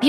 美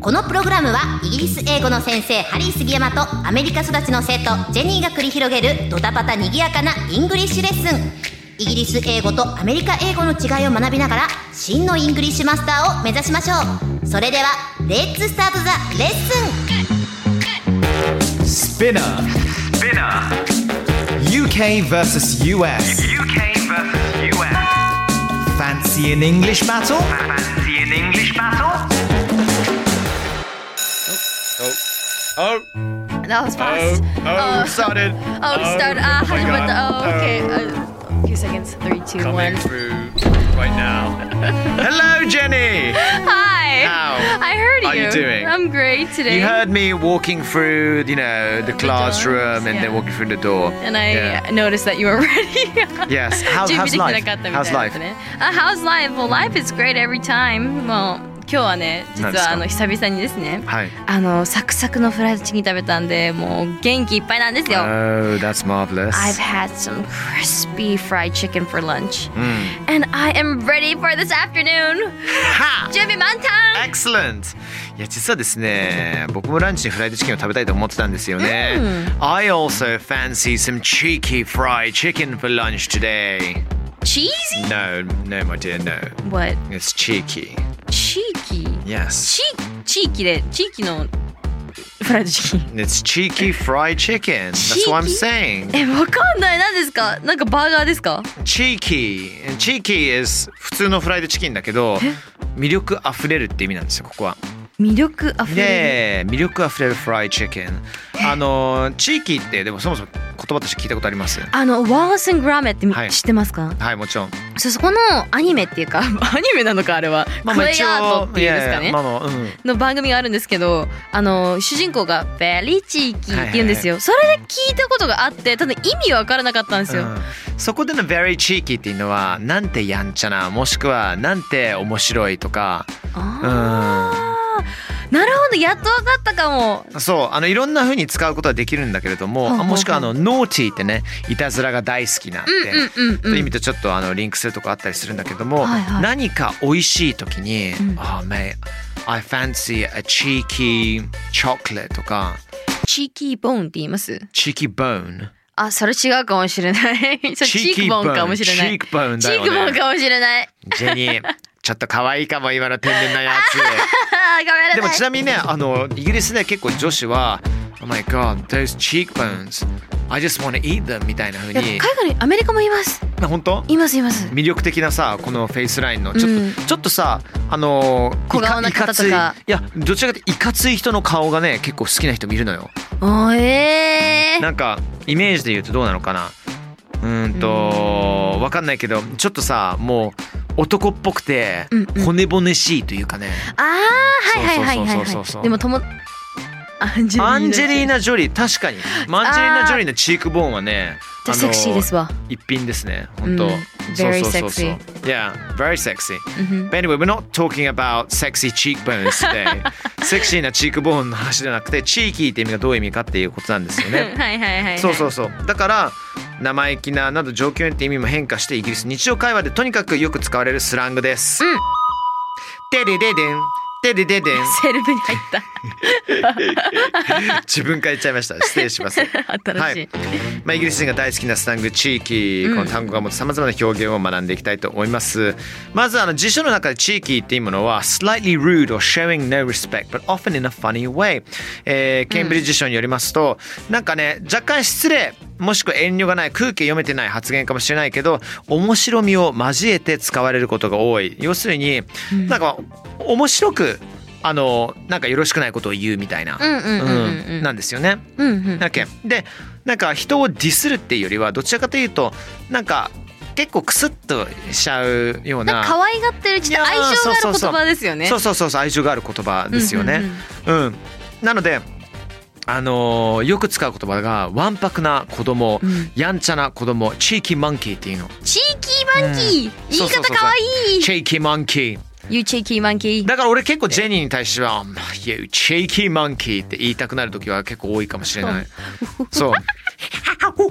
このプログラムはイギリス英語の先生ハリー杉山とアメリカ育ちの生徒ジェニーが繰り広げるドタパタにぎやかなイングリッシュレッスンイギリス英語とアメリカ英語の違いを学びながら真のイングリッシュマスターを目指しましょうそれではレッツスタートザレッスン Spinner. UK versus US. UK versus US. Fancy an English battle? Fancy an English battle? Oh, That was fast. oh, oh, Oh. started. Oh, start. Ah, my but God. oh, okay. Uh, a few seconds. Three, two, Coming one. through right now. Hello, Jenny. Hi. How? I heard you. How you doing? I'm great today. You heard me walking through, you know, the classroom and yeah. then walking through the door. and I Yeah. noticed that you were ready. Yes. How, 準備 how's できな life? かったみた How's いなこ life? とね。あ、How's life? Well, life is great every time. もう今日はね、実何ですはかあの久々にですね、 Hi. あのサクサクのフライドチキン食べたんで、もう元気いっぱいなんですよ。 Oh, that's marvelous. I've had some crispy fried chicken for lunch, Mm. and I am ready for this afternoon. Ha! 準備満タン。 Excellent! いや実はですね Mm. 僕もランチにフライドチキンを食べたいと思ってたんですよね、I also fancy some cheeky fried chicken for lunch today Cheesy? No, no my dear, no What? It's cheeky 地域 Yes 地地域で地域のフライドチキ ン It's cheeky fried chicken That's what I'm Cheeky? saying えわかんない何ですかなんかバーガーですか Cheeky Cheeky is 普通のフライドチキンだけど魅力あふれるって意味なんですよここは魅力あふれでる魅力あふれるフライドチキンあのチーキーってでもそもそも言葉として聞いたことありますあのワースングラメってみ、はい知ってますかはいもちろんそうそこのアニメっていう かアニメなのかあれは、クレイアートっていうんですかいねやいやまあまあうんの番組があるんですけどあの主人公が「ベリーチーキー」って言うんですよ、それで聞いたことがあってただ意味わからなかったんですよ、うんそこでの very cheeky っていうのはなんてやんちゃなもしくはなんて面白いとかああなるほどやっとわかったかもそうあのいろんな風に使うことはできるんだけれども、ほうほうほうもしくはあの naughty ってねいたずらが大好きなって、うんうんうんという意味とちょっとあのリンクするとこあったりするんだけども、はいはい何か美味しい時に「あ、mate I fancy a cheeky chocolate」とかチーキーボーンって言います「cheeky bone」あ、それ違うかもしれない。 それチークボーンかもしれない。チークボーンだよねチークボーンかもしれない。 ジェニーちょっと可愛いかも今の天然なや あー、ごめんなさつい。でもちなみにねあのイギリスで結構女子は「Oh my god those cheekbones I just wanna eat them」みたいな風いにや海外にアメリカもいます。な本当いますいます。魅力的なさこのフェイスラインのちょっと、うんちょっとさあのー小顔ないか方とかいやどちらかというといかつい人の顔がね結構好きな人もいるのよおえー。なんかイメージで言うとどうなのかなうーんとわかんないけどちょっとさもう男っぽくてうんうん骨々しいというかね、あー、はいはいはいはいそうそうそうそうそうはそい。うでもとも、アンジェリーナ。アンジェリーナ・ジョリー確かにアンジェリーナ・ジョリーのチークボーンはねじゃあセクシーですわ。一品ですね本当、うん very sexy. yeah very sexy うんふん But anyway we're not talking about sexy cheekbones today セクシーなチークボーンの話じゃなくてチーキーって意味がどういう意味かっていうことなんですよねはいはいはい。。そうそううそうだから生意気ななど上級って意味も変化してイギリス日常会話でとにかくよく使われるスラングですうんテレデデンテレ デデンセルブに入っ自分から言っちゃいました失礼しますた。新しい。まあ、イギリス人が大好きなスタング地域、うんこの単語が持つさまざまな表現を学んでいきたいと思いますまずあの辞書の中で地域っていうものは slightly rude or showing no respect but often in a funny way、えーケンブリッジ辞書によりますと、なんかね若干失礼もしくは遠慮がない空気読めてない発言かもしれないけど面白みを交えて使われることが多い要するに、なんか面白くあのなんかよろしくないことを言うみたいな、うんうんうんうんうんなんですよね。うんうん。だっけでなんか人をディスるっていうよりはどちらかというとなんか結構クスッとしちゃうようなんなか可愛がってるうちに愛いやー情があそうるそうそ言う葉ですよね。そううそうそうそう愛情がある言葉ですよねんうんうん。うんなのであのーよく使う言葉がわんぱくな子供、うんやんちゃな子供チーキーマンキーっていうのチーキーマンキー、言そいそううそうそ方うかわいいチーキーマンキー You チーキーマンキーだから俺結構ジェニーに対しては「いやチーキーマンキー」って言いたくなる時は結構多いかもしれ ないそう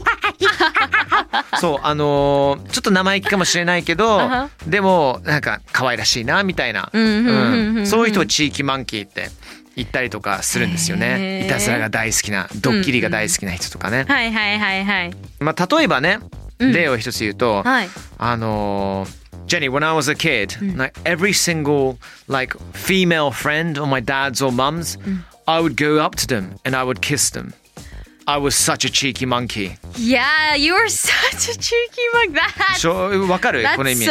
そうあのーちょっと生意気かもしれないけどあはでもなんか可愛らしいなみたいなうんうんうんうんうんそういう人を地域マンキーって言ったりとかするんですよへねーいたずらが大好きなドッキリが大好きな人とかね、はいはいはいはい。まあ、例えばねうん例を一つ言うと、はい。あのー Jenny, when I was a kid, like every single like female friend on my dad's or mum's, I would go up to them and I would kiss them. I was such a cheeky monkey. Yeah, you are such a cheeky monkey. That, そうわかるこの意 that's 味。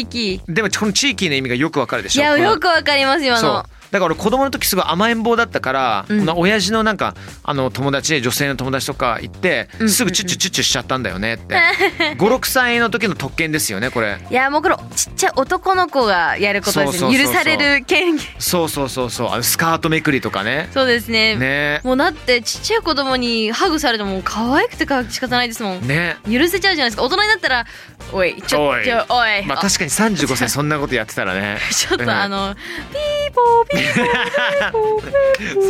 so cheeky. でもこの地域の意味がよくわかるでいしょ。や、このよくわかります今そうの。だから俺子供の時すごい甘えん坊だったから、この親父のなんかあの友達で女性の友達とか行って、すぐチュッチュチュッチュしちゃったんだよ ねって56歳の時の特権ですよねこれいやもうこれちっちゃい男の子がやることですそうねそうそうそう許される権限そうそうそうそうあのスカートめくりとかねそうですねねもうだってちっちゃい子供にハグされてもう可愛くてか仕方ないですもん、ね許せちゃうじゃないですか大人になったらおいちょおいちょおい、まあ確かに35歳そんなことやってたらね ちょっうんとあのピーポーピーポー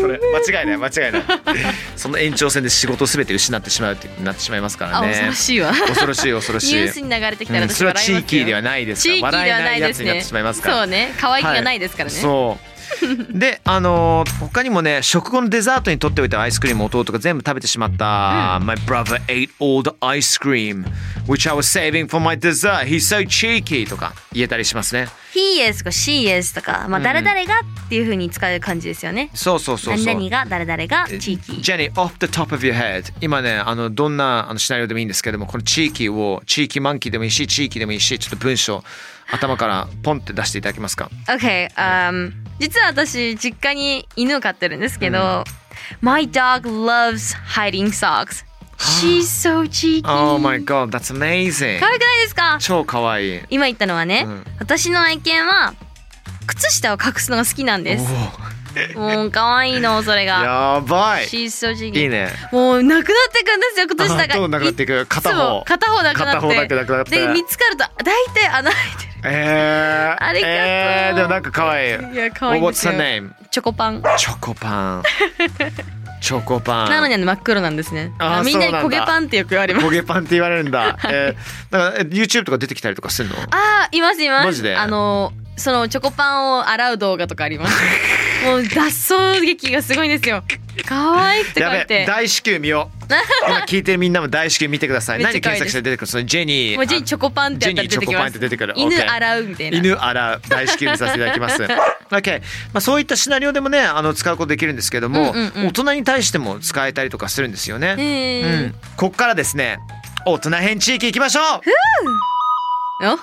それ間違いない間違いない その延長線で仕事を全て失ってしまうってなってしまいますからあね恐ろしいわ恐ろしい恐ろしいニュースに流れてきたうらん私それ笑いはます地よ域ではないですから地域ではない笑えないでやつすになっねてしまいますからそうね可愛い気がないですからね、 そう。で、あのー他にもね、食後のデザートにとっておいたアイスクリーム、弟が全部食べてしまった。My brother ate all the ice cream, which I was saving for my dessert. He's so cheeky とか言えたりしますね。 He is とか She is とか、まあ、誰々がっていうふうに使う感じですよね、そうそうそうそう。何々が誰々が地域 Jenny, off the top of your head 今ねあのどんなあのシナリオでもいいんですけどもこの地域を地域満期でもいいし地域でもいいしちょっと文章頭からポンって出していただけますか Okay, um, 実は私実家に犬を飼ってるんですけど、My dog loves hiding socks. She's so cheeky. Oh my god that's amazing 可愛くないですか超かわいい今言ったのはね、うん私の愛犬は靴下を隠すのが好きなんです。もう可愛いのそれが。やばい She's so cheeky. いいねもうなくなってくんですよ靴下が。あどんどんなくなっていく片方そう片方なくなって。片方だけなくなってで見つかると大体穴開いてえー、ありがとうえー、でもなんか可愛いる。いや可愛いんですよ What's her。name? チョコパン。チョコパ ンチョコパンなのにあの真っ黒なんですね。あーあみんなにそうなんだ焦げパンってよく言われます焦。げパンって言われるんだ、えー、なんかえ YouTube とか出てきたりとかするのあーいますいます。マジであのそのチョコパンを洗う動画とかあります。 もう脱走劇がすごいんですよ。可愛くてや書いべて。大至急見よ う今聞いてるみんなも大至急見てくださいめっち何ゃ可愛検い索ですしたら出てくるそのジェニーもうジェニーチョコパンってやったらジェニーチョ出てきコパンまっす。て出てくる犬 OK 洗うみたいな。犬洗う大至急にさせていただき ます。OK まあ、そういったシナリオでもねあの使うことできるんですけども、うんうんうん大人に対しても使えたりとかするんですよね。えうーん、こっからですね大人編地域行きましょうおほ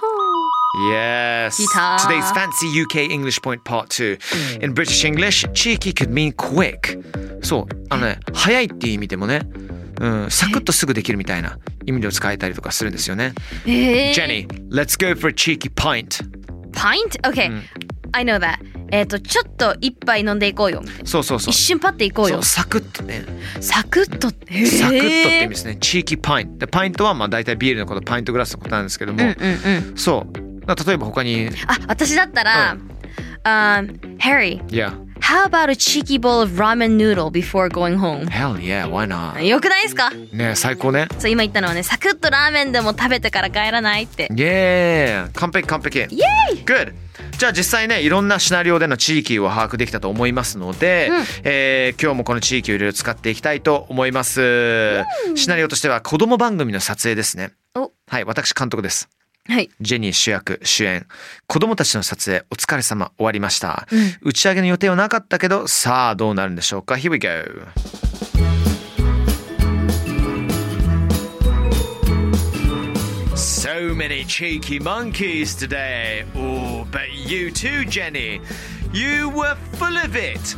Yes. Guitar. Today's fancy UK English point part two. In British English, cheeky could mean quick. そう、あのね、早いっていう意味でもね、うん、サクッとすぐできるみたいな意味でも使えたりとかするんですよね。ーえー Jenny, let's go for a cheeky pint. Pint? Okay.、I know that. えっ、とちょっと一杯飲んでいこうよ。そうそうそう。一瞬パッていこうそよう。サクッとね、サクッとって。へーサクッとって意味ですね。チーキーパイン。で、パイントはまあ大体ビールのこと、パイントグラスのことなんですけども、うんうんうん。そう。だから例えば他に、あ私だったら、うあ Harry。いや、 How about a cheeky bowl of ramen noodle before going home? hell yeah, why not? よくないですかね最高ね。そう今言ったのはねサクッとラーメンでも食べてから帰らないってイエーイ完璧完璧イエーイ Good! じゃあ実際ねいろんなシナリオでの地域を把握できたと思いますので、えー今日もこの地域をいろいろ使っていきたいと思います、シナリオとしては子供番組の撮影ですねおはい私監督ですはいジェニー主役主演子供たちの撮影お疲れ様終わりました、打ち上げの予定はなかったけどさあどうなるんでしょうか Here we go So many cheeky monkeys today. Oh, but you too, Jenny. You were full of it.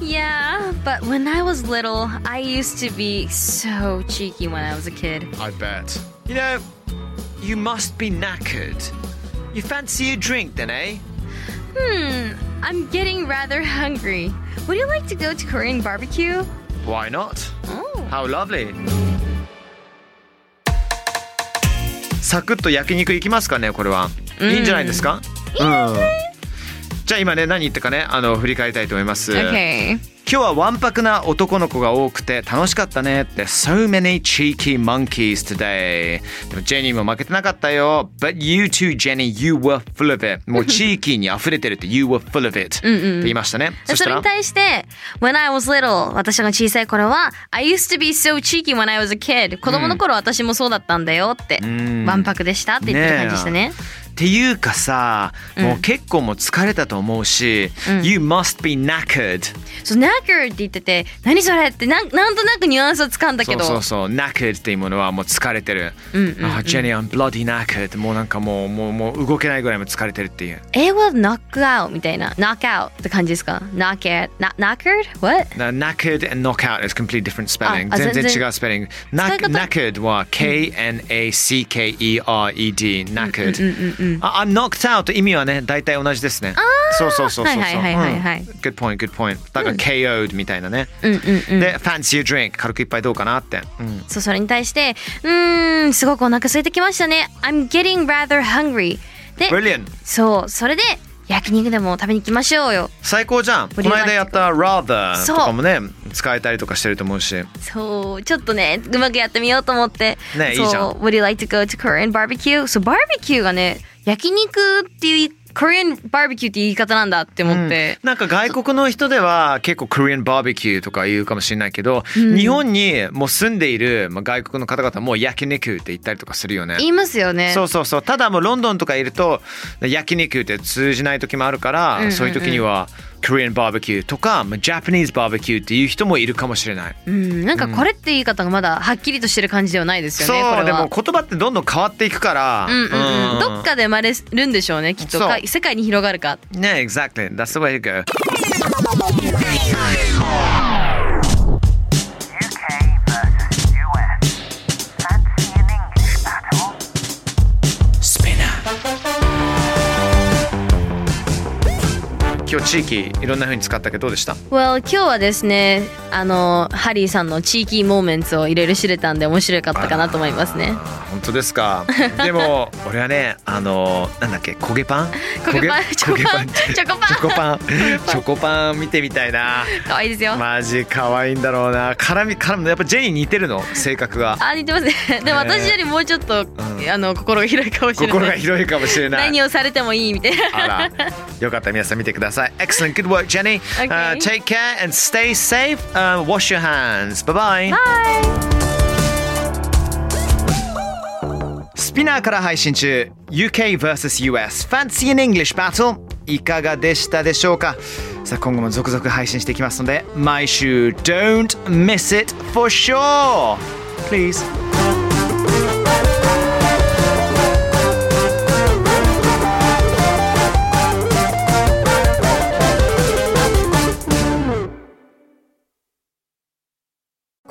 Yeah but when I was little I used to be so cheeky when I was a kid I bet. You know, You must be knackered. You fancy a drink then, eh? Hmm, I'm getting rather hungry. Would you like to go to Korean barbecue? Why not? How lovely. サクッと焼肉行きますかねこれは、いいんじゃないですかうんじゃあ今ね何言ったかねあの振り返りたいと思います、 Okay. 今日はわんぱくな男の子が多くて楽しかったねって So many cheeky monkeys today でもジェニーも負けてなかったよ But you too Jenny you were full of it も うチーキーに溢れてるって You were full of it って言いましたねそしそたれらに対して、When I was little, 私が小さい頃は、I used to be so cheeky when I was a kid. 子供の頃私もそうだったんだよって、んわんぱくでしたって言ってる感じでしたね。っていうかさ、もう結構もう疲れたと思うし、You must be knackered そう、knacker って言ってて、何それってなんなんとなくニュアンスをつかんだけそど。うそうそう knackered っていうものはもう疲れてる、うんうんうんあジェニー I'm bloody knackered もうなんかもうもうもう動けないぐらいも疲れてるっていう英語は knock out みたいな。knock out って感じですか ?knock out. na- knackered? What? Now, knackered and knockout is completely different spelling. ああ全然全然違うスペリング。Knack- 使い方 knackered は K-N-A-C-K-E-R-E-D。knackered。あ、あ knocked out と意味はね、大体同じですね。そうそうそうそうそう。はいはいはいはいはいうん Good point, good point. だから KO'd みたいなね。うんうんうん。で、fancy a drink。軽く一杯どうかなって。うんそうそれに対して、うーん、すごくお腹空いてきましたね。I'm getting rather hungry. で、 Brilliant! そう、それで焼肉でも食べに行きましょうよ。最高じゃん。こ Would you の間やった rather とそうかもね、使えたりとかしてると思うし。そう、ちょっとね、うまくやってみようと思って。ねそういいじゃん Would you like to go to Korean barbecue? そう、バーベキューがね、焼肉っていう、Korean barbecue って言い方なんだって思って。なんか外国の人では結構 Korean barbecue とか言うかもしれないけど、日本にもう住んでいるまあ外国の方々も焼肉って言ったりとかするよね。言いますよね。そうそうそうただもうロンドンとかいると焼肉って通じない時もあるから、んうんそういう時には Korean barbecue とかまあ Japanese barbecue っていう人もいるかもしれない。うん、なんかこれって言い方がまだはっきりとしてる感じではないですよね、こそうれでもは。言葉ってどんどん変わっていくから、うんうんうん、どっかで生まれるんでしょうねきっとそうか世界に広がるかね exactly that's the way it go UK versus US. Fancy an English battle? 今日地域いろんな風に使ったけどどうでした Well 今日はですねあのハリーさんの地域モーメンツをいろいろ知れたんで面白かったかなと思いますね本当です かでも俺はねあのなんだっけ焦げパン焦げパン焦げ焦げ パンってチョコパンチョコパンチョコパン見てみたいな可愛いですよマジ可愛いんだろうな絡み絡むやっぱジェニー似てるの性格があ似てますねでも私よりもうちょっと、あの心が広いかもしれない心が広いかもしれない何をされてもいいみたいな あらよかったら皆さん見てください Excellent good work Jenny、Uh, Okay. Take care and stay safe、uh, Wash your hands Bye bye スピナーから配信中 UK vs.US Fancy in English Battle いかがでしたでしょうかさあ今後も続々配信していきますので毎週 Don't miss it for sure Please